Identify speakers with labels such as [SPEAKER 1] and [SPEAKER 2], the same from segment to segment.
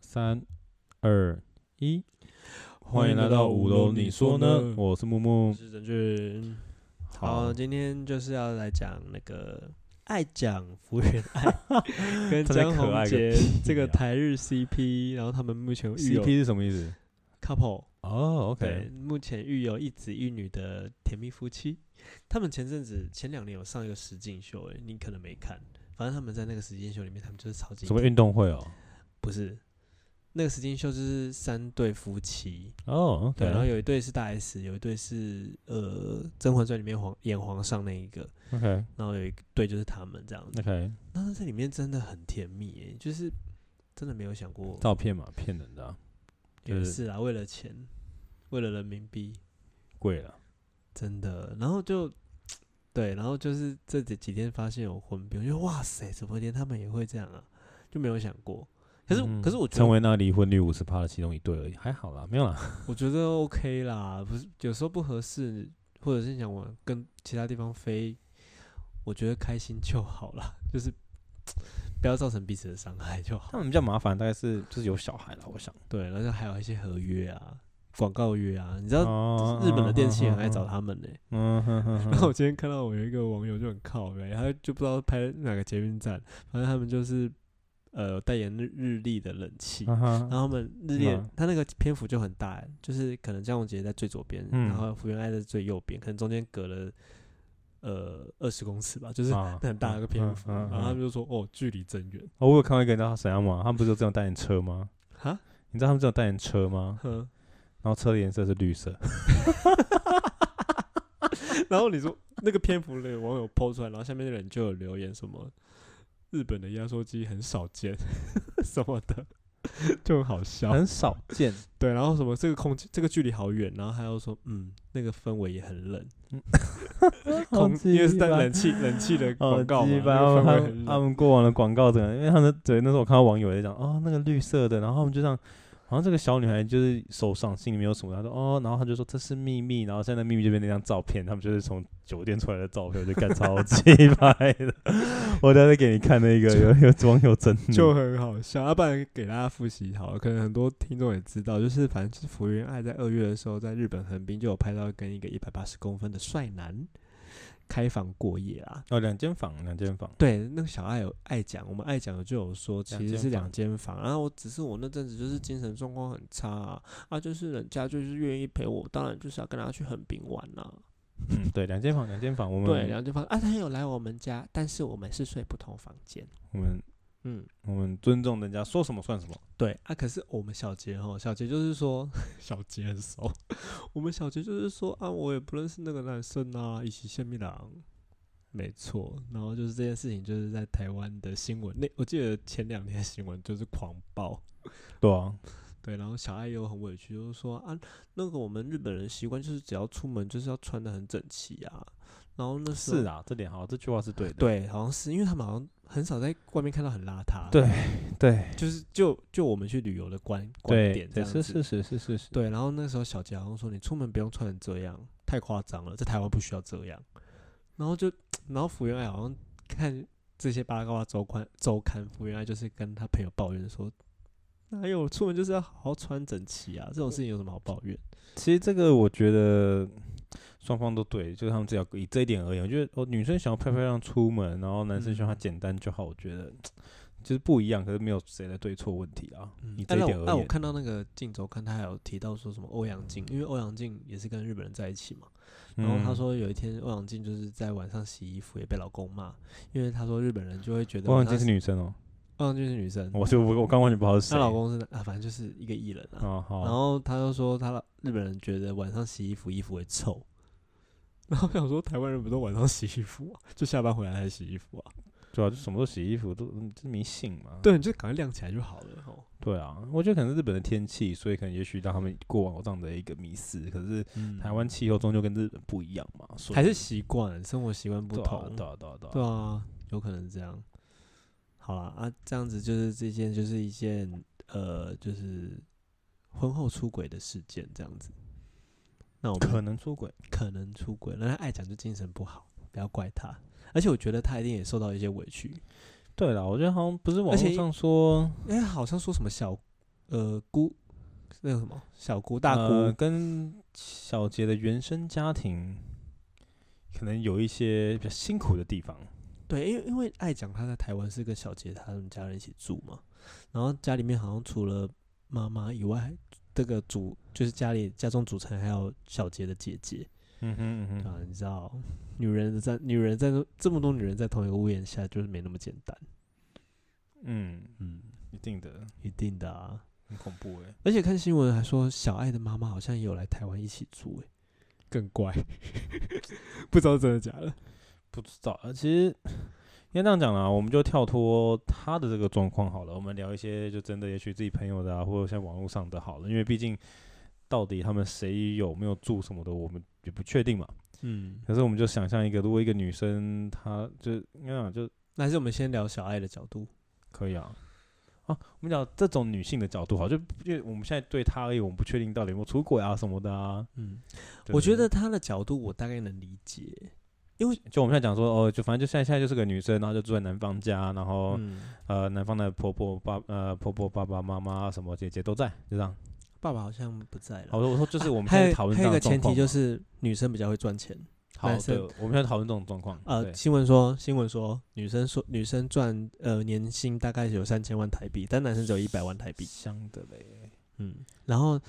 [SPEAKER 1] 三二一，
[SPEAKER 2] 欢迎来到五楼你说呢
[SPEAKER 1] 我是木木
[SPEAKER 2] 我。是郑俊。好，
[SPEAKER 1] 嗯好
[SPEAKER 2] 今天就是要来讲那个爱讲福原 爱跟
[SPEAKER 1] 他在
[SPEAKER 2] 江
[SPEAKER 1] 可爱
[SPEAKER 2] 宏
[SPEAKER 1] 个
[SPEAKER 2] 杰
[SPEAKER 1] 屁
[SPEAKER 2] 这个
[SPEAKER 1] 呀
[SPEAKER 2] 台 日 CP，然后他们目前育有
[SPEAKER 1] CP E 是什么意思？
[SPEAKER 2] couple，
[SPEAKER 1] 哦
[SPEAKER 2] 对，
[SPEAKER 1] ，OK，
[SPEAKER 2] 目前育有一子一女的甜蜜夫妻。他们前阵子前两年有上一个实境秀，诶，你可能没看，反正他们在那个实境秀里面，他们就是超级
[SPEAKER 1] 什么运动会哦？
[SPEAKER 2] 不是那个实境秀就是三对夫妻，
[SPEAKER 1] 哦
[SPEAKER 2] 对，然后
[SPEAKER 1] ，OK，OK，
[SPEAKER 2] 有一对是大 S，有一对是呃《甄嬛传》里面皇演皇上那一个，然后有一对就是他们这样子。
[SPEAKER 1] OK，
[SPEAKER 2] 那这里面真的很甜蜜耶，就是真的没有想过，
[SPEAKER 1] 照片嘛，骗人的啊，
[SPEAKER 2] 也
[SPEAKER 1] 就是
[SPEAKER 2] 是啊，为了钱，为了人民币，
[SPEAKER 1] 贵了。
[SPEAKER 2] 真的。然后就对，然后就是这几几天发现有婚变，我觉得哇塞，怎么连他们也会这样啊？就没有想过。可是，
[SPEAKER 1] 嗯
[SPEAKER 2] 可是我觉
[SPEAKER 1] 成
[SPEAKER 2] 得，
[SPEAKER 1] 为那离婚率五十趴的其中一对而已，还好啦，没有啦。
[SPEAKER 2] 我觉得 OK 啦，不是有时候不合适，或者是你想往跟其他地方飞，我觉得开心就好啦， 就是不要造成彼此的伤害就好
[SPEAKER 1] 他。们比较麻烦，大概是就是有小孩了，我想。
[SPEAKER 2] 对，然后还有一些合约啊、广告约啊，你知道
[SPEAKER 1] 哦
[SPEAKER 2] 日本的电器很爱找。他们呢、
[SPEAKER 1] 嗯哼哼哼
[SPEAKER 2] 然后 我今天看到我有一个网友就很靠北，他就不知道拍哪个捷运站，反正他们就是呃代言日日立的冷气，
[SPEAKER 1] 嗯哼
[SPEAKER 2] 然后他们日立的
[SPEAKER 1] 嗯
[SPEAKER 2] 他那个篇幅就很大、就是可能江宏杰在最左边，
[SPEAKER 1] 嗯
[SPEAKER 2] 然后福原爱在最右边，可能中间隔了呃二十公尺吧，就是。
[SPEAKER 1] 啊
[SPEAKER 2] 很大的一个篇
[SPEAKER 1] 嗯
[SPEAKER 2] 幅，
[SPEAKER 1] 嗯嗯
[SPEAKER 2] 然后他们就说：“哦，距离真远
[SPEAKER 1] 哦，我有看到一个，你知道他怎样吗？他们不是有这种代言车吗？
[SPEAKER 2] 哈，
[SPEAKER 1] 你知道他们这种代言车吗？
[SPEAKER 2] 哼
[SPEAKER 1] 然后车的颜色是绿色。
[SPEAKER 2] 然后你说那个篇幅的网友抛出来，然后下面的人就有留言什么日本的压缩机很少见 什么的，就很好笑。
[SPEAKER 1] 很少见。
[SPEAKER 2] 对，然后什么这个空气这个距离好远，然后还有说嗯那个氛围也很冷， 空因为是在冷气冷气的广告嘛，
[SPEAKER 1] 一
[SPEAKER 2] 那
[SPEAKER 1] 般
[SPEAKER 2] 个
[SPEAKER 1] 他
[SPEAKER 2] 氛围很
[SPEAKER 1] 们他
[SPEAKER 2] 冷。
[SPEAKER 1] 们过往的广告，整个，因为他们对那时候我看到网友也讲，哦，那个绿色的，然后他们就这样，好像这个小女孩就是手上心里面有什么，她说哦，然后她就说这是秘密，然后现在秘密这边那张照片，他们就是从酒店出来的照片，我就干超气拍的， 我待会给你看那个有有网友真的
[SPEAKER 2] 就很好笑，啊要、不然给大家复习好了。可能很多听众也知道，就是反正就是福原爱在二月的时候，在日本横滨就有拍到跟一个一百八十公分的帅男开房过夜啊啦。
[SPEAKER 1] 哦两间房两间房，
[SPEAKER 2] 对，那个小爱有爱讲，我们爱讲就有说，
[SPEAKER 1] 两
[SPEAKER 2] 其实
[SPEAKER 1] 间
[SPEAKER 2] 是两
[SPEAKER 1] 房
[SPEAKER 2] 间房。然后我只是我那阵子就是精神状况很差啊，啊就是人家就是愿意陪我，当然就是要跟他去横滨玩啦、
[SPEAKER 1] 嗯对两间房两间房，我
[SPEAKER 2] 对，
[SPEAKER 1] 们
[SPEAKER 2] 两间房啊，他有来我们家，但是我们是睡不同房间。
[SPEAKER 1] 我们
[SPEAKER 2] 嗯，
[SPEAKER 1] 我们尊重人家说什么算什么，
[SPEAKER 2] 对啊，可是我们小杰哦，小杰就是说， 小杰很熟。 我们小杰就是说啊，我也不认识那个男生啊，以及谢米郎，没错。然后就是这件事情，就是在台湾的新闻，那我记得前两天新闻就是狂爆，
[SPEAKER 1] 对啊，
[SPEAKER 2] 对。然后小爱又很委屈，就是说啊，那个我们日本人习惯就是只要出门就是要穿的很整齐啊。然后那时候
[SPEAKER 1] 是啊，这点好，这句话是对的，
[SPEAKER 2] 对，好像是因为他们好像很少在外面看到很邋遢，
[SPEAKER 1] 对，对。
[SPEAKER 2] 就是就就我们去旅游的观观
[SPEAKER 1] 对
[SPEAKER 2] 点，这样子
[SPEAKER 1] 是事实，是事实。
[SPEAKER 2] 对，然后那时候小杰好像说你出门不用穿成这样，太夸张了，在台湾不需要这样。然后就，然后福原爱好像看这些八卦周刊周刊，福原爱就是跟他朋友抱怨说，哪有出门就是要好好穿整齐啊，这种事情有什么好抱怨？
[SPEAKER 1] 其实这个我觉得双方都对，就是他们只要以这一点而言，我觉得哦，女生想要漂漂亮出门，然后男生希望他
[SPEAKER 2] 嗯
[SPEAKER 1] 简单就好，我觉得就是不一样，可是没有谁的对错问题啊。以这
[SPEAKER 2] 但
[SPEAKER 1] 一
[SPEAKER 2] 那
[SPEAKER 1] 点
[SPEAKER 2] 我
[SPEAKER 1] 而
[SPEAKER 2] 但我
[SPEAKER 1] 言，
[SPEAKER 2] 看到那个镜周刊，他还有提到说什么欧阳靖，因为欧阳靖也是跟日本人在一起嘛。然后他
[SPEAKER 1] 嗯，
[SPEAKER 2] 说有一天欧阳靖就是在晚上洗衣服也被老公骂，因为他说日本人就会觉得
[SPEAKER 1] 汪
[SPEAKER 2] 晚
[SPEAKER 1] 洋
[SPEAKER 2] 上
[SPEAKER 1] 是
[SPEAKER 2] 洗，
[SPEAKER 1] 女生哦，
[SPEAKER 2] 欧阳靖是女生，
[SPEAKER 1] 我就我我刚完全不知道是谁。
[SPEAKER 2] 嗯她老公是男啊，反正就是一个艺人啊。
[SPEAKER 1] 哦，好，
[SPEAKER 2] 然后他就说他老日本人觉得晚上洗衣服衣服会臭，然后我想说台湾人不都晚上洗衣服啊， 就下班回来才洗衣服啊？
[SPEAKER 1] 对啊，就什么时候洗衣服都嗯这迷信嘛。
[SPEAKER 2] 对，你就赶快晾起来就好了哦。
[SPEAKER 1] 对啊，我觉得可能是日本的天气，所以可能也许让他们过往有这样的一个迷思。可是
[SPEAKER 2] 嗯
[SPEAKER 1] 台湾气候终究跟日本不一样嘛，所以
[SPEAKER 2] 还是习惯生活习惯不
[SPEAKER 1] 对啊
[SPEAKER 2] 同，
[SPEAKER 1] 对啊对啊对啊
[SPEAKER 2] 对啊，有可能是这样。好啦，啊，这样子就是这件就是一件呃，就是婚后出轨的事件这样子。那我们
[SPEAKER 1] 可能出轨。
[SPEAKER 2] 可能出轨，那他爱讲就精神不好，不要怪他。而且我觉得他一定也受到一些委屈，
[SPEAKER 1] 对啦，我觉得好像不是网
[SPEAKER 2] 而且
[SPEAKER 1] 络上说，
[SPEAKER 2] 哎因为好像说什么小呃姑，那个什么小姑大姑，
[SPEAKER 1] 呃跟小杰的原生家庭可能有一些比较辛苦的地方。
[SPEAKER 2] 对，因为因为爱讲他在台湾是跟小杰他们家人一起住嘛，然后家里面好像除了妈妈以外，这个组就是家里家中组成还有小杰的姐姐，
[SPEAKER 1] 嗯哼嗯
[SPEAKER 2] 啊，你知道，女人在女人在这么多女人在同一个屋檐下，就是没那么简单。
[SPEAKER 1] 嗯，
[SPEAKER 2] 嗯，
[SPEAKER 1] 一定的，
[SPEAKER 2] 一定的啊。
[SPEAKER 1] 很恐怖哎、
[SPEAKER 2] 而且看新闻还说，小爱的妈妈好像也有来台湾一起住、欸，更 怪，不知道真的假的。
[SPEAKER 1] 不知道，呃其实应该这样讲啦，我们就跳脱他的这个状况好了，我们聊一些就真的也许自己朋友的啊，或者像网络上的好了，因为毕竟到底他们谁有没有住什么的，我们也不确定嘛。
[SPEAKER 2] 嗯，
[SPEAKER 1] 可是我们就想象一个，如果一个女生她就应该讲就
[SPEAKER 2] 那还是我们先聊小爱的角度。
[SPEAKER 1] 可以啊。啊，我们讲这种女性的角度好，就因为我们现在对她而言，我们不确定到底有没有出轨啊什么的啊。
[SPEAKER 2] 嗯，
[SPEAKER 1] 对
[SPEAKER 2] 我觉得她的角度我大概能理解。
[SPEAKER 1] 就我们现在讲说，哦，就反正就现在现在就是个女生，然后就住在男方家，然后、
[SPEAKER 2] 嗯，
[SPEAKER 1] 呃，男方的婆婆爸呃婆婆爸爸妈妈什么姐姐都在，就这样。
[SPEAKER 2] 爸爸好像不在了。
[SPEAKER 1] 好，我说就是我们现
[SPEAKER 2] 还
[SPEAKER 1] 在
[SPEAKER 2] 有
[SPEAKER 1] 讨论
[SPEAKER 2] 还
[SPEAKER 1] 这样
[SPEAKER 2] 有一个
[SPEAKER 1] 的
[SPEAKER 2] 前
[SPEAKER 1] 状况
[SPEAKER 2] 提就
[SPEAKER 1] 嘛，
[SPEAKER 2] 是女生比较会赚钱。
[SPEAKER 1] 好，
[SPEAKER 2] 男生
[SPEAKER 1] 对，我们现在讨论这种状况。
[SPEAKER 2] 呃，
[SPEAKER 1] 对
[SPEAKER 2] 新闻说，新闻说，女生说女生赚呃年薪大概有三千万台币，但男生只有一百万台币。
[SPEAKER 1] 香的嘞，
[SPEAKER 2] 嗯，然后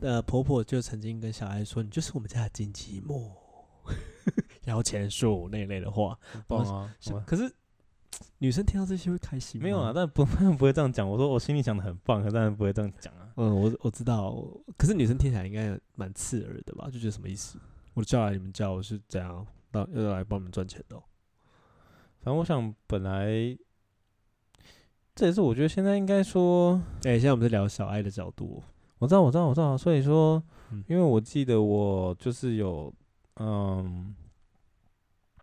[SPEAKER 2] 呃婆婆就曾经跟小孩说：“你就是我们家的金鸡母，摇钱树那一类的话。
[SPEAKER 1] 很棒啊！
[SPEAKER 2] 是
[SPEAKER 1] 我”
[SPEAKER 2] 可是女生听到这些会开心吗
[SPEAKER 1] 没有啊，？但不 不会这样讲。我说我心里想的很棒，可当然不会这样讲啊。
[SPEAKER 2] 嗯，我我知道，可是女生听起来应该蛮刺耳的吧？就觉得什么意思？我叫来你们家，我是怎样到要来帮你们赚钱的哦、
[SPEAKER 1] 反正我想本来这也是我觉得现在应该说，
[SPEAKER 2] 哎、现在我们在聊小爱的角度哦、
[SPEAKER 1] 我知道我知道我知道，所以说
[SPEAKER 2] 嗯，
[SPEAKER 1] 因为我记得我就是有嗯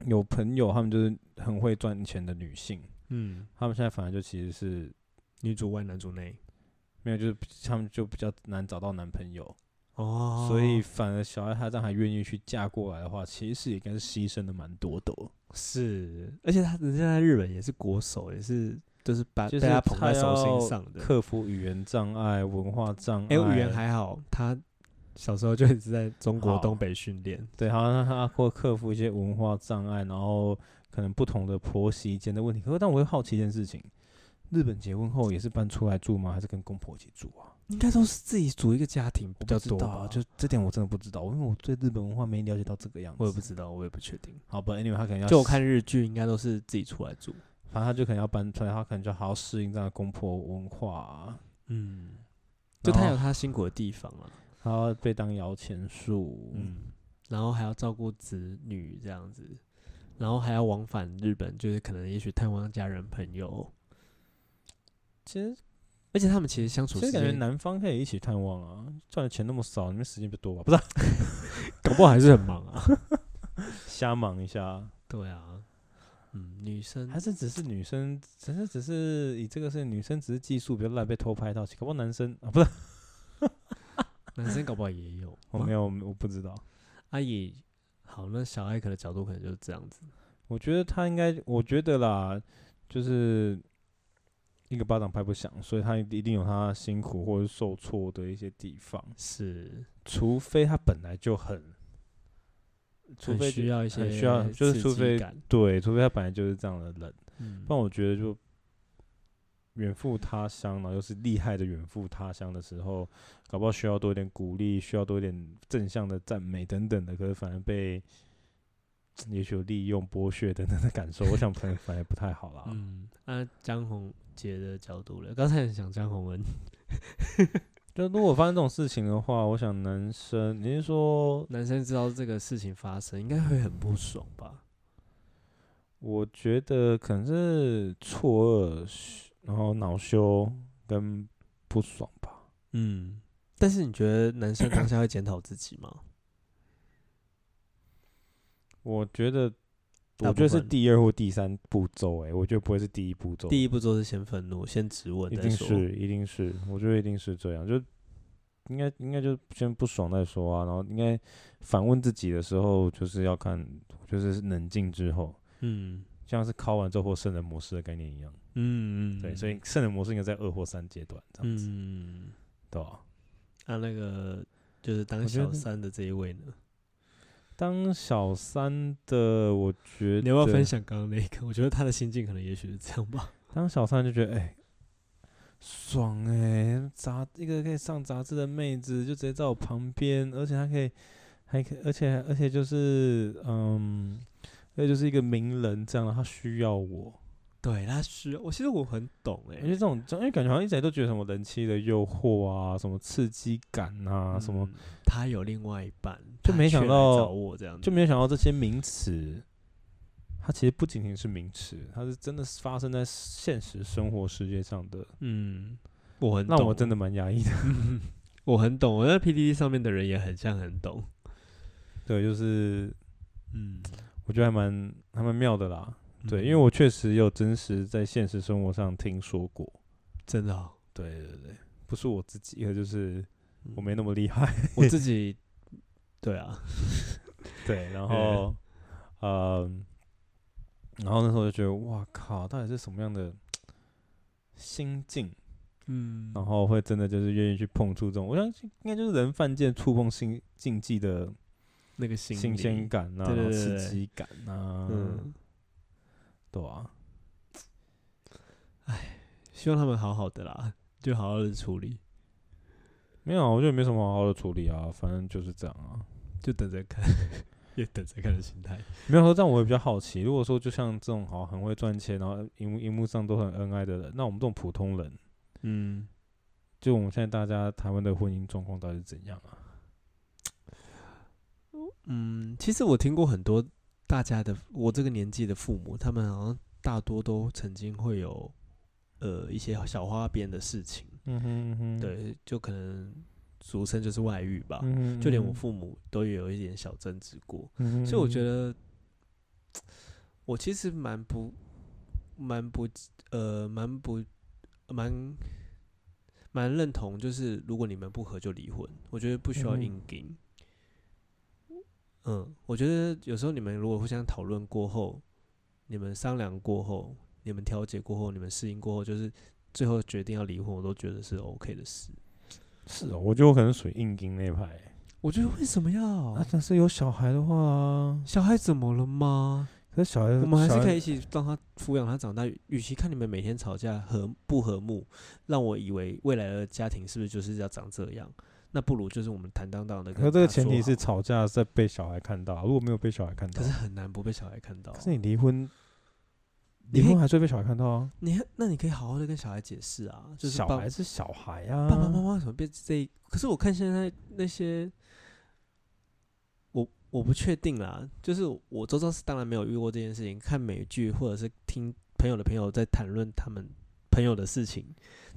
[SPEAKER 1] 有朋友，他们就是很会赚钱的女性。
[SPEAKER 2] 嗯，
[SPEAKER 1] 他们现在反而就其实是
[SPEAKER 2] 女主外，男主内。
[SPEAKER 1] 没有，就是比他们就比较难找到男朋友，
[SPEAKER 2] 哦，
[SPEAKER 1] 所以反而小爱她这样还愿意去嫁过来的话，其实也应该是牺牲的蛮多的哦。
[SPEAKER 2] 是，而且他人家在日本也是国手，也是就是把
[SPEAKER 1] 就是
[SPEAKER 2] 被他捧在手
[SPEAKER 1] 他要
[SPEAKER 2] 心上的。
[SPEAKER 1] 克服语言障碍、文化障碍，
[SPEAKER 2] 哎、语言还好，他小时候就一直在中国
[SPEAKER 1] 好
[SPEAKER 2] 东北训练。
[SPEAKER 1] 对，好像他或克服一些文化障碍，然后可能不同的婆媳间的问题。可是，但我又好奇一件事情：日本结婚后也是搬出来住吗？还是跟公婆一起住啊？
[SPEAKER 2] 应该都是自己组一个家庭比
[SPEAKER 1] 我
[SPEAKER 2] 较
[SPEAKER 1] 不知
[SPEAKER 2] 多
[SPEAKER 1] 道啊，
[SPEAKER 2] 吧？就
[SPEAKER 1] 就这点我真的不知道，因为我对日本文化没了解到这个样子。
[SPEAKER 2] 我也不知道，我也不确定。
[SPEAKER 1] 好吧，anyway，他可能要
[SPEAKER 2] 就我看日剧，应该都是自己出来住。
[SPEAKER 1] 反正他就可能要搬出来，他可能就好好适应这样的公婆文化、啊，
[SPEAKER 2] 嗯，就他
[SPEAKER 1] 然
[SPEAKER 2] 有
[SPEAKER 1] 后
[SPEAKER 2] 他辛苦的地方啊。
[SPEAKER 1] 他要被当摇钱树，嗯，
[SPEAKER 2] 嗯，然后还要照顾子女这样子，然后还要往返日本，就是可能也许探望家人朋友，
[SPEAKER 1] 其实
[SPEAKER 2] 而且他们其实相处
[SPEAKER 1] 其
[SPEAKER 2] 时
[SPEAKER 1] 实感觉
[SPEAKER 2] 间
[SPEAKER 1] 男方可以一起探望啊，赚的钱那么少，你们时间不多吧？不是啊、
[SPEAKER 2] 搞不好还是很忙 啊。
[SPEAKER 1] 瞎忙一下，
[SPEAKER 2] 对啊，嗯，女生
[SPEAKER 1] 还是只是女生，只是只是以这个是女生只是技术比较烂被偷拍到，搞不好男生啊不是，
[SPEAKER 2] 男生搞不好也 有
[SPEAKER 1] 我没有我不知道，
[SPEAKER 2] 阿姨。啊好，那小艾可的角度可能就是这样子。
[SPEAKER 1] 我觉得他应该，我觉得啦，就是一个巴掌拍不响，所以他一定有他辛苦或者受挫的一些地方。
[SPEAKER 2] 是，
[SPEAKER 1] 除非他本来就很，除
[SPEAKER 2] 很
[SPEAKER 1] 非
[SPEAKER 2] 需
[SPEAKER 1] 就
[SPEAKER 2] 要一
[SPEAKER 1] 很
[SPEAKER 2] 些
[SPEAKER 1] 需要就是
[SPEAKER 2] 刺
[SPEAKER 1] 除
[SPEAKER 2] 激
[SPEAKER 1] 非
[SPEAKER 2] 感，
[SPEAKER 1] 对，除非他本来就是这样的人，
[SPEAKER 2] 嗯
[SPEAKER 1] 不，然我觉得就远赴他乡，然后又是厉害的远赴他乡的时候，搞不好需要多一点鼓励，需要多一点正向的赞美等等的，可是反而 被也许有利用、剥削等等的感受，我想可能反而不太好啦。
[SPEAKER 2] 嗯，那、江宏杰的角度了，刚才很想江宏恩，
[SPEAKER 1] 就如果发生这种事情的话，我想男生，你是说
[SPEAKER 2] 男生知道这个事情发生，应该会很不爽吧？
[SPEAKER 1] 我觉得可能是错愕嘘，然后恼羞跟不爽吧。
[SPEAKER 2] 嗯，但是你觉得男生当下会检讨自己 吗？
[SPEAKER 1] 我觉得，我
[SPEAKER 2] 大部
[SPEAKER 1] 觉得是
[SPEAKER 2] 分
[SPEAKER 1] 第二或第三步骤，哎，我觉得不会是第一步骤，
[SPEAKER 2] 第一步骤是先愤怒，先质问，
[SPEAKER 1] 一
[SPEAKER 2] 再
[SPEAKER 1] 定
[SPEAKER 2] 说
[SPEAKER 1] 是一定是，我觉得一定是这样，就应该应该就先不爽再说啊，然后应该反问自己的时候，就是要看，就是冷静之后，
[SPEAKER 2] 嗯
[SPEAKER 1] 像是考完之后或圣人模式的概念一样，
[SPEAKER 2] 嗯，
[SPEAKER 1] 对，所以圣人模式应该在二或三阶段这样子。
[SPEAKER 2] 嗯，
[SPEAKER 1] 对吧？
[SPEAKER 2] 啊，那个就是当
[SPEAKER 1] 我觉
[SPEAKER 2] 小
[SPEAKER 1] 得
[SPEAKER 2] 三的这一位呢，
[SPEAKER 1] 当小三的，我觉得
[SPEAKER 2] 你要不要分享刚刚那个？我觉得他的心境可能也许是这样吧。
[SPEAKER 1] 当小三就觉得哎、爽哎、杂一个可以上杂志的妹子就直接在我旁边，而且她可以还可以，而且而且就是嗯，而且就是一个名人这样，她需要我。
[SPEAKER 2] 对，他需我其实我很懂哎、
[SPEAKER 1] 我觉得这种，因为感觉好像一直以来都觉得什么人妻的诱惑啊，什么刺激感啊，什么
[SPEAKER 2] 嗯他有另外一半，
[SPEAKER 1] 就
[SPEAKER 2] 他
[SPEAKER 1] 没想
[SPEAKER 2] 却来
[SPEAKER 1] 到
[SPEAKER 2] 找我这样子，
[SPEAKER 1] 就没有想到这些名词，它其实不仅仅是名词，它是真的是发生在现实生活世界上的，
[SPEAKER 2] 嗯，我很
[SPEAKER 1] 让我真
[SPEAKER 2] 的
[SPEAKER 1] 的蛮压抑的。
[SPEAKER 2] 我很懂，我在 PDD 上面的人也很像很懂，
[SPEAKER 1] 对，就是
[SPEAKER 2] 嗯，
[SPEAKER 1] 我觉得还蛮还蛮妙的啦。对，因为
[SPEAKER 2] 嗯
[SPEAKER 1] 我确实有真实在现实生活上听说过。
[SPEAKER 2] 真的哦、
[SPEAKER 1] 对对对，不是我自己，也就是
[SPEAKER 2] 嗯
[SPEAKER 1] 我没那么厉害。
[SPEAKER 2] 我自己，对 啊，
[SPEAKER 1] 对，然后， 呃，然后那时候就觉得，哇靠，到底是什么样的心境，
[SPEAKER 2] 嗯
[SPEAKER 1] 然后会真的就是愿意去碰触这种，我相信应该就是人犯贱触碰性禁忌的
[SPEAKER 2] 那个心
[SPEAKER 1] 新鲜
[SPEAKER 2] 理，
[SPEAKER 1] 感啊，
[SPEAKER 2] 对对
[SPEAKER 1] 然后
[SPEAKER 2] 对
[SPEAKER 1] 刺
[SPEAKER 2] 对
[SPEAKER 1] 激感啊，
[SPEAKER 2] 嗯，
[SPEAKER 1] 对啊，
[SPEAKER 2] 希望他们好好的啦，就好好的处理，
[SPEAKER 1] 没有啊，我觉得没什么好好的处理啊，反正就是这样啊。
[SPEAKER 2] 就等着看， 也等着看的心态。
[SPEAKER 1] 没有说，但我也比较好奇，如果说就像这种好很会赚钱，然后荧幕荧幕上都很恩爱的人，那我们这种普通人，
[SPEAKER 2] 嗯，
[SPEAKER 1] 就我们现在大家台湾的婚姻状况到底是怎样啊？
[SPEAKER 2] 嗯，其实我听过很多大家的，我这个年纪的父母，他们好像大多都曾经会有呃一些小花边的事情，
[SPEAKER 1] 嗯哼嗯哼，
[SPEAKER 2] 对，就可能俗称就是外遇吧，
[SPEAKER 1] 嗯哼，
[SPEAKER 2] 就连我父母都有一点小争执过，
[SPEAKER 1] 嗯哼，
[SPEAKER 2] 所以我觉得我其实蛮不蛮不呃蛮不蛮蛮认同，就是如果你们不和就离婚，我觉得不需要
[SPEAKER 1] 嗯哼
[SPEAKER 2] 硬顶。嗯，我觉得有时候你们如果互相讨论过后，你们商量过后，你们调解过后，你们适应过后，就是最后决定要离婚，我都觉得是 OK 的事。
[SPEAKER 1] 是哦，我觉得我可能属于硬硬那一派。
[SPEAKER 2] 我觉得为什么要
[SPEAKER 1] 啊，？但是有小孩的话啊，
[SPEAKER 2] 小孩怎么了吗？
[SPEAKER 1] 可是小孩
[SPEAKER 2] 我们还
[SPEAKER 1] 呃小
[SPEAKER 2] 是
[SPEAKER 1] 孩
[SPEAKER 2] 可以一起让他抚养他长大。与其看你们每天吵架和不和睦，让我以为未来的家庭是不是就是要长这样，那不如就是我们坦荡荡的。
[SPEAKER 1] 可是这个前提是，吵架是被小孩看到，如果没有被小孩看到，
[SPEAKER 2] 可是很难不被小孩看到。
[SPEAKER 1] 可是你离婚，离
[SPEAKER 2] 你可以
[SPEAKER 1] 婚还是会被小孩看到啊。
[SPEAKER 2] 你那你可以好好的跟小孩解释啊，就是
[SPEAKER 1] 小
[SPEAKER 2] 爸
[SPEAKER 1] 孩是小孩啊，
[SPEAKER 2] 爸爸妈妈为什么变这一？可是我看现在那些，我我不确定啦。就是我周遭是当然没有遇过这件事情，看美剧或者是听朋友的朋友在谈论他们朋友的事情，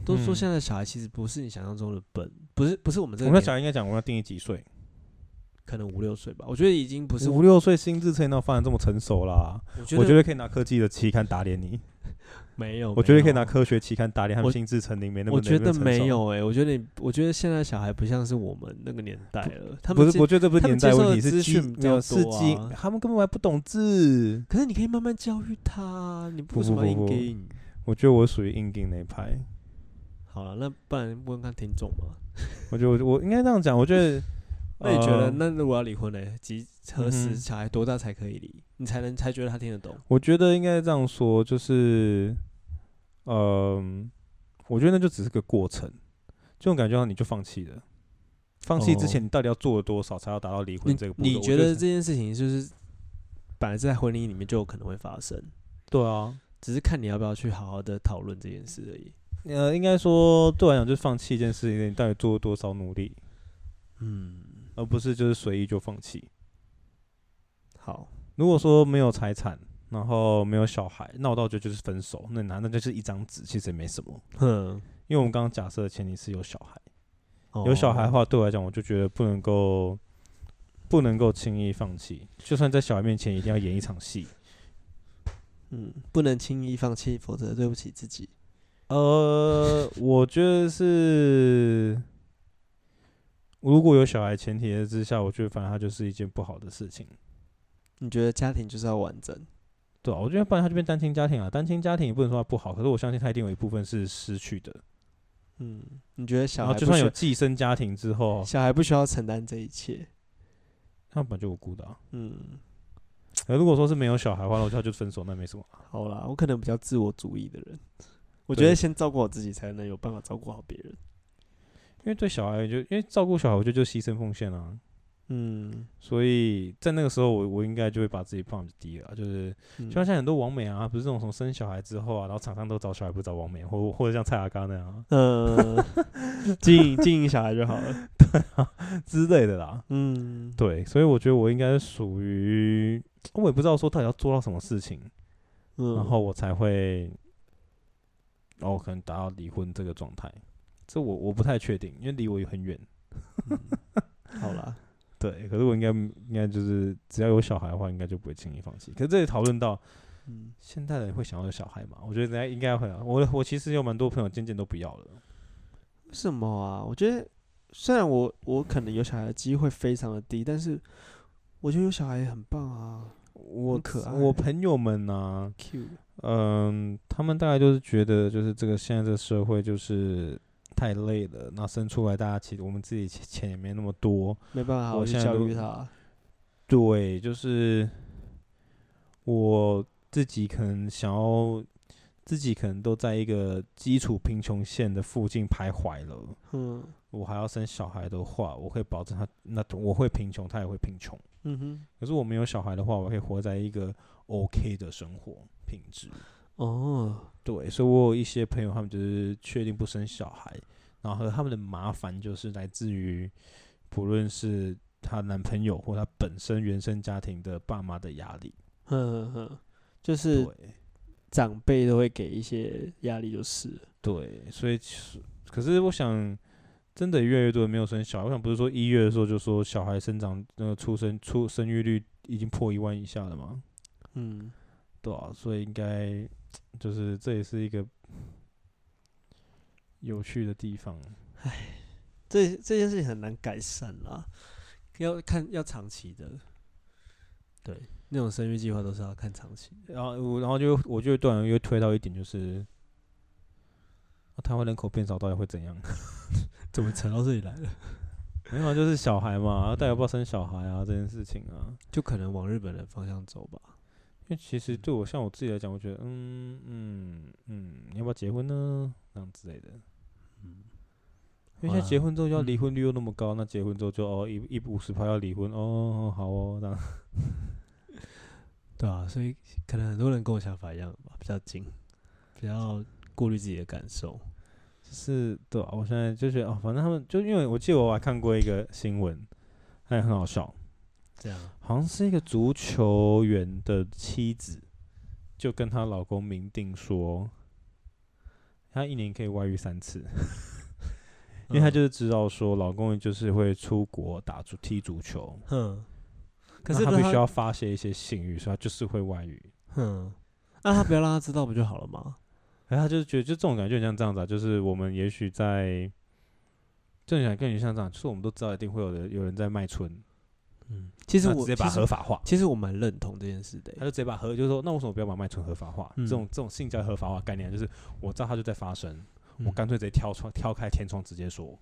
[SPEAKER 2] 都说
[SPEAKER 1] 嗯
[SPEAKER 2] 现在的小孩其实不是你想象中的笨，不是不是我们这
[SPEAKER 1] 我
[SPEAKER 2] 个
[SPEAKER 1] 们的
[SPEAKER 2] 年
[SPEAKER 1] 小孩应该讲，我们要定义几岁？
[SPEAKER 2] 可能五六岁吧。我觉得已经不是，
[SPEAKER 1] 五六岁心智才能发展这么成熟啦。
[SPEAKER 2] 我觉得
[SPEAKER 1] 我觉得可以拿科技的期刊打脸你，
[SPEAKER 2] 没有，
[SPEAKER 1] 我觉得可以拿
[SPEAKER 2] 没有啊
[SPEAKER 1] 科学期刊打脸他
[SPEAKER 2] 我
[SPEAKER 1] 们心智成龄没那么。
[SPEAKER 2] 我觉得
[SPEAKER 1] 那么成熟
[SPEAKER 2] 没，有哎、我觉得你，我觉得现在小孩不像是我们那个年代了。他们
[SPEAKER 1] 不是，
[SPEAKER 2] 接
[SPEAKER 1] 我觉得这不是
[SPEAKER 2] 他们
[SPEAKER 1] 年代
[SPEAKER 2] 接受
[SPEAKER 1] 问
[SPEAKER 2] 的
[SPEAKER 1] 题，
[SPEAKER 2] 资
[SPEAKER 1] 是基
[SPEAKER 2] 讯比
[SPEAKER 1] 没有
[SPEAKER 2] 较
[SPEAKER 1] 是
[SPEAKER 2] 多
[SPEAKER 1] 基
[SPEAKER 2] 啊，
[SPEAKER 1] 他们根本还不懂字。
[SPEAKER 2] 可是你可以慢慢教育他啊，你
[SPEAKER 1] 不
[SPEAKER 2] 为什么要
[SPEAKER 1] 不不
[SPEAKER 2] 硬给？
[SPEAKER 1] 我觉得我属于硬硬那一派。
[SPEAKER 2] 好了，那不然问看听众嘛。。
[SPEAKER 1] 我觉得我我应该这样讲，我觉得
[SPEAKER 2] 那你觉得，
[SPEAKER 1] 呃
[SPEAKER 2] 那如果要离婚呢？几何
[SPEAKER 1] 嗯
[SPEAKER 2] 时
[SPEAKER 1] 哼
[SPEAKER 2] 小孩多大才可以离？你才能才觉得他听得懂？
[SPEAKER 1] 我觉得应该这样说，就是，嗯、我觉得那就只是个过程，这种感觉上你就放弃了。放弃之前，你到底要做了多少才要达到离婚
[SPEAKER 2] 哦你
[SPEAKER 1] 这个步骤？
[SPEAKER 2] 你
[SPEAKER 1] 我
[SPEAKER 2] 觉
[SPEAKER 1] 得
[SPEAKER 2] 得
[SPEAKER 1] 是
[SPEAKER 2] 这件事情就是本来在婚姻里面就有可能会发生，
[SPEAKER 1] 对啊？
[SPEAKER 2] 只是看你要不要去好好的讨论这件事而已。
[SPEAKER 1] 呃，应该说对我来讲，就是放弃一件事情，你到底做了多少努力，
[SPEAKER 2] 嗯，
[SPEAKER 1] 而不是就是随意就放弃。
[SPEAKER 2] 好，
[SPEAKER 1] 如果说没有财产，然后没有小孩，那我倒觉得就是分手，那拿那就是一张纸，其实也没什么。
[SPEAKER 2] 哼，
[SPEAKER 1] 因为我们刚刚假设的前提是有小孩。
[SPEAKER 2] 哦
[SPEAKER 1] 有小孩的，话，对我来讲，我就觉得不能够不能够轻易放弃，就算在小孩面前，一定要演一场戏。
[SPEAKER 2] 嗯，不能轻易放弃，否则对不起自己。
[SPEAKER 1] 呃，我觉得是，如果有小孩前提之下，我觉得反正它就是一件不好的事情，
[SPEAKER 2] 你觉得家庭就是要完整？
[SPEAKER 1] 对啊，我觉得不然它就变单亲家庭啊，单亲家庭也不能说它不好，可是我相信它一定有一部分是失去的，
[SPEAKER 2] 嗯，你觉得小
[SPEAKER 1] 然后
[SPEAKER 2] 孩不
[SPEAKER 1] 就算
[SPEAKER 2] 需
[SPEAKER 1] 有寄生家庭之后，
[SPEAKER 2] 小孩不需要承担这一切？
[SPEAKER 1] 他本来就无辜的、啊。
[SPEAKER 2] 嗯，
[SPEAKER 1] 而如果说是没有小孩的话，那我就就分手，那没什么。啊
[SPEAKER 2] 好啦，我可能比较自我主义的人，我
[SPEAKER 1] 对
[SPEAKER 2] 觉得先照顾好自己，才能有办法照顾好别人。
[SPEAKER 1] 因为对小孩就因为照顾小孩，我觉得就牺牲奉献啊。
[SPEAKER 2] 嗯，
[SPEAKER 1] 所以在那个时候我，我应该就会把自己放低了啊，就是
[SPEAKER 2] 嗯
[SPEAKER 1] 就像现在很多网美啊，不是那种从生小孩之后啊，然后厂商都找小孩不找网美，或或者像蔡阿刚那样啊
[SPEAKER 2] 呃，经营经营小孩就好了。
[SPEAKER 1] 之类的啦。
[SPEAKER 2] 嗯，
[SPEAKER 1] 对，所以我觉得我应该是属于，我也不知道说到底要做到什么事情，
[SPEAKER 2] 嗯
[SPEAKER 1] 然后我才会，哦，可能达到离婚这个状态。这我我不太确定，因为离我也很远。
[SPEAKER 2] 嗯 好啦，
[SPEAKER 1] 对，可是我应该应该就是只要有小孩的话，应该就不会轻易放弃。可是这里讨论到
[SPEAKER 2] 嗯，
[SPEAKER 1] 现代人会想要有小孩嘛？我觉得人家应该会啊。我我其实有蛮多朋友渐渐都不要了。
[SPEAKER 2] 为什么啊？我觉得虽然我我可能有小孩的机会非常的低，但是我觉得有小孩也很棒啊，
[SPEAKER 1] 我
[SPEAKER 2] 很可爱
[SPEAKER 1] 我朋友们呢、
[SPEAKER 2] cute。
[SPEAKER 1] 嗯，他们大概就是觉得，就是这个现在这个社会就是太累了，那生出来大家其实我们自己钱钱也没那么多，
[SPEAKER 2] 没办法，
[SPEAKER 1] 我
[SPEAKER 2] 我去
[SPEAKER 1] 现在
[SPEAKER 2] 教
[SPEAKER 1] 都
[SPEAKER 2] 育他。
[SPEAKER 1] 对，就是我自己可能想要，自己可能都在一个基础贫穷线的附近徘徊了。
[SPEAKER 2] 嗯
[SPEAKER 1] 我还要生小孩的话，我可以保证他，那我会贫穷，他也会贫穷。
[SPEAKER 2] 嗯哼，
[SPEAKER 1] 可是我没有小孩的话，我可以活在一个 OK 的生活品质。
[SPEAKER 2] 哦，
[SPEAKER 1] 对，所以我有一些朋友，他们就是确定不生小孩，然后他们的麻烦就是来自于，不论是她男朋友或她本身原生家庭的爸妈的压力。
[SPEAKER 2] 哼哼哼，就是
[SPEAKER 1] 对
[SPEAKER 2] 长辈都会给一些压力，就是了
[SPEAKER 1] 对，所以其实可是我想，真的越来越多人没有生小孩。我想不是说一月的时候就说小孩生长那个出生出生育率已经破一万以下了吗？
[SPEAKER 2] 嗯，
[SPEAKER 1] 对啊，所以应该就是这也是一个有趣的地方。
[SPEAKER 2] 这这件事情很难改善啦，要看要长期的。对，那种生育计划都是要看长期的。
[SPEAKER 1] 然后我然后就我就突然又推到一点，就是、啊、台湾人口变少到底会怎样？
[SPEAKER 2] 怎么扯到这里来了？
[SPEAKER 1] 没有啊，就是小孩嘛，然后大家不要生小孩啊这件事情啊。
[SPEAKER 2] 就可能往日本的方向走吧。
[SPEAKER 1] 因为其实对我像我自己来讲，我觉得嗯嗯嗯，你要不要结婚呢？那样之类的。
[SPEAKER 2] 嗯，
[SPEAKER 1] 因为现在结婚之后要
[SPEAKER 2] 嗯
[SPEAKER 1] 离婚率又那么高，那结婚之后就哦一一五十趴要离婚哦好哦这样。
[SPEAKER 2] 对啊，所以可能很多人跟我想法一样吧，比较紧，比较顾虑自己的感受。
[SPEAKER 1] 是对啊，我现在就觉得哦，反正他们就因为我记得我还看过一个新闻，还很好笑，
[SPEAKER 2] 这样，
[SPEAKER 1] 好像是一个足球员的妻子就跟她老公明定说，她一年可以外遇三次，因
[SPEAKER 2] 嗯
[SPEAKER 1] 为她就是知道说老公就是会出国打足踢足球，
[SPEAKER 2] 哼，嗯可
[SPEAKER 1] 那
[SPEAKER 2] 是
[SPEAKER 1] 她
[SPEAKER 2] 如
[SPEAKER 1] 必
[SPEAKER 2] 果
[SPEAKER 1] 须要发泄一些性欲，所以她就是会外遇。
[SPEAKER 2] 哼，嗯那他不要让他知道不就好了吗？
[SPEAKER 1] 然后他就是觉得，就这种感觉很像这样子啊，就是我们也许在，正想跟你像这样，就是我们都知道一定会有人有人在卖春，
[SPEAKER 2] 嗯，其实
[SPEAKER 1] 那
[SPEAKER 2] 我
[SPEAKER 1] 直接把它
[SPEAKER 2] 其实
[SPEAKER 1] 合法化，
[SPEAKER 2] 其实我蛮认同这件事的欸、
[SPEAKER 1] 他就直接把合，就是说，那为什么不要把卖春合法化？
[SPEAKER 2] 嗯
[SPEAKER 1] 这种这种性交易合法化概念，就是我知道它就在发生，我
[SPEAKER 2] 嗯
[SPEAKER 1] 干脆直接跳窗跳开天窗直接说，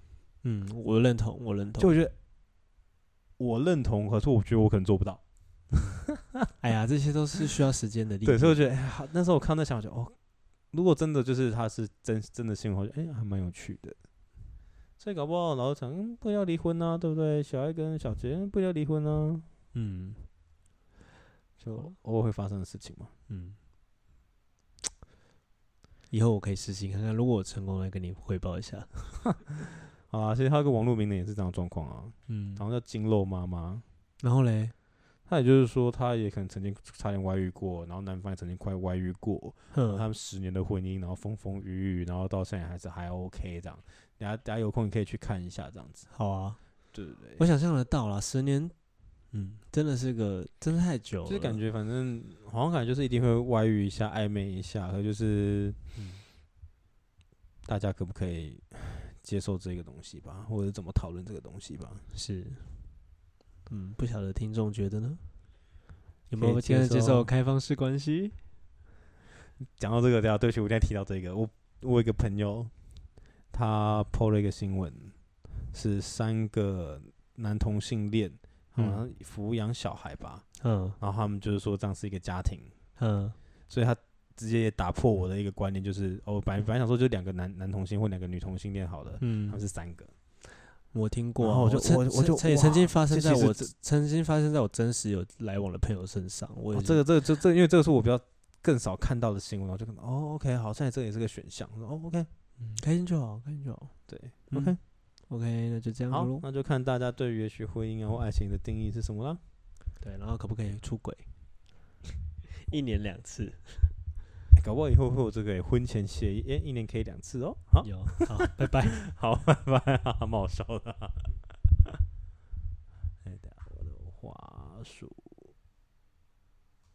[SPEAKER 2] 嗯，我认同，我认同。
[SPEAKER 1] 就我觉得我认同，可是我觉得我可能做不 到。
[SPEAKER 2] 哎呀，这些都是需要时间的力。
[SPEAKER 1] 对，所以我觉得，哎呀，那时候我看到想，我就哦，如果真的就是他是真真的新闻，我觉得哎，还蛮有趣的。所以搞不好老是想，嗯，不要离婚啊，对不对？小爱跟小杰嗯不要离婚啊，
[SPEAKER 2] 嗯
[SPEAKER 1] 就偶尔会发生的事情嘛。
[SPEAKER 2] 嗯，以后我可以试行看看，如果我成功了，跟你汇报一下。
[SPEAKER 1] 好啊啦，其实还有个网络名人也是这样的状况啊，
[SPEAKER 2] 嗯
[SPEAKER 1] 好，像叫金肉妈妈，
[SPEAKER 2] 然后嘞，
[SPEAKER 1] 她也就是说，她也可能曾经差点外遇过，然后男方也曾经快外遇过，他
[SPEAKER 2] 哼，
[SPEAKER 1] 们十年的婚姻，然后风风雨雨，然后到现在还是还 OK 这样。大家大家有空你可以去看一下这样子，
[SPEAKER 2] 好啊，
[SPEAKER 1] 对对对。
[SPEAKER 2] 我想象得到啦，十年，嗯，真的是个，真的太久了，
[SPEAKER 1] 就是感觉反正好像感觉就是一定会外遇一下、暧昧一下，可就是、
[SPEAKER 2] 嗯
[SPEAKER 1] 大家可不可以接受这个东西吧，或者怎么讨论这个东西吧？
[SPEAKER 2] 是，嗯，不晓得听众觉得呢？有
[SPEAKER 1] 可
[SPEAKER 2] 没有
[SPEAKER 1] 以
[SPEAKER 2] 现在
[SPEAKER 1] 接
[SPEAKER 2] 接受
[SPEAKER 1] 受
[SPEAKER 2] 开放式关系？
[SPEAKER 1] 讲到这个，对啊，对不起，我今天提到这个，我我有一个朋友，他 PO 了一个新闻，是三个男同性恋，好
[SPEAKER 2] 嗯
[SPEAKER 1] 像抚养小孩吧，
[SPEAKER 2] 嗯
[SPEAKER 1] 然后他们就是说这样是一个家庭，
[SPEAKER 2] 嗯
[SPEAKER 1] 所以他直接也打破我的一个观念，就是哦，本来本来想说就两个男男同性或两个女同性恋好了，他们
[SPEAKER 2] 嗯，
[SPEAKER 1] 是三个，
[SPEAKER 2] 我听过
[SPEAKER 1] 然
[SPEAKER 2] 啊，
[SPEAKER 1] 后我就
[SPEAKER 2] 曾
[SPEAKER 1] 我
[SPEAKER 2] 曾
[SPEAKER 1] 我就
[SPEAKER 2] 曾也曾经
[SPEAKER 1] 哇
[SPEAKER 2] 发生
[SPEAKER 1] 这
[SPEAKER 2] 在
[SPEAKER 1] 其实
[SPEAKER 2] 我
[SPEAKER 1] 这
[SPEAKER 2] 曾经发生在我真实有来往的朋友身上，我
[SPEAKER 1] 哦
[SPEAKER 2] 也
[SPEAKER 1] 这
[SPEAKER 2] 是
[SPEAKER 1] 个这个这这，因为这个是我比较更少看到的新闻，然后就看到哦，OK，好，现在这也是个选项，我说哦，OK，
[SPEAKER 2] 嗯开心就好，开心就好。
[SPEAKER 1] 对
[SPEAKER 2] 嗯
[SPEAKER 1] ，OK，
[SPEAKER 2] OK，那就这样子
[SPEAKER 1] 好
[SPEAKER 2] 咯，。
[SPEAKER 1] 那就看大家对于也许婚姻啊或爱情的定义是什么啦。
[SPEAKER 2] 对，然后可不可以出 轨？一年两次，
[SPEAKER 1] 欸搞不好以后会有这个欸婚前协议，哎，一年可以两次哦。好，
[SPEAKER 2] 有好，拜拜。
[SPEAKER 1] 好，拜拜， 哈哈，蛮好笑的啊。哎，等一下我的滑鼠。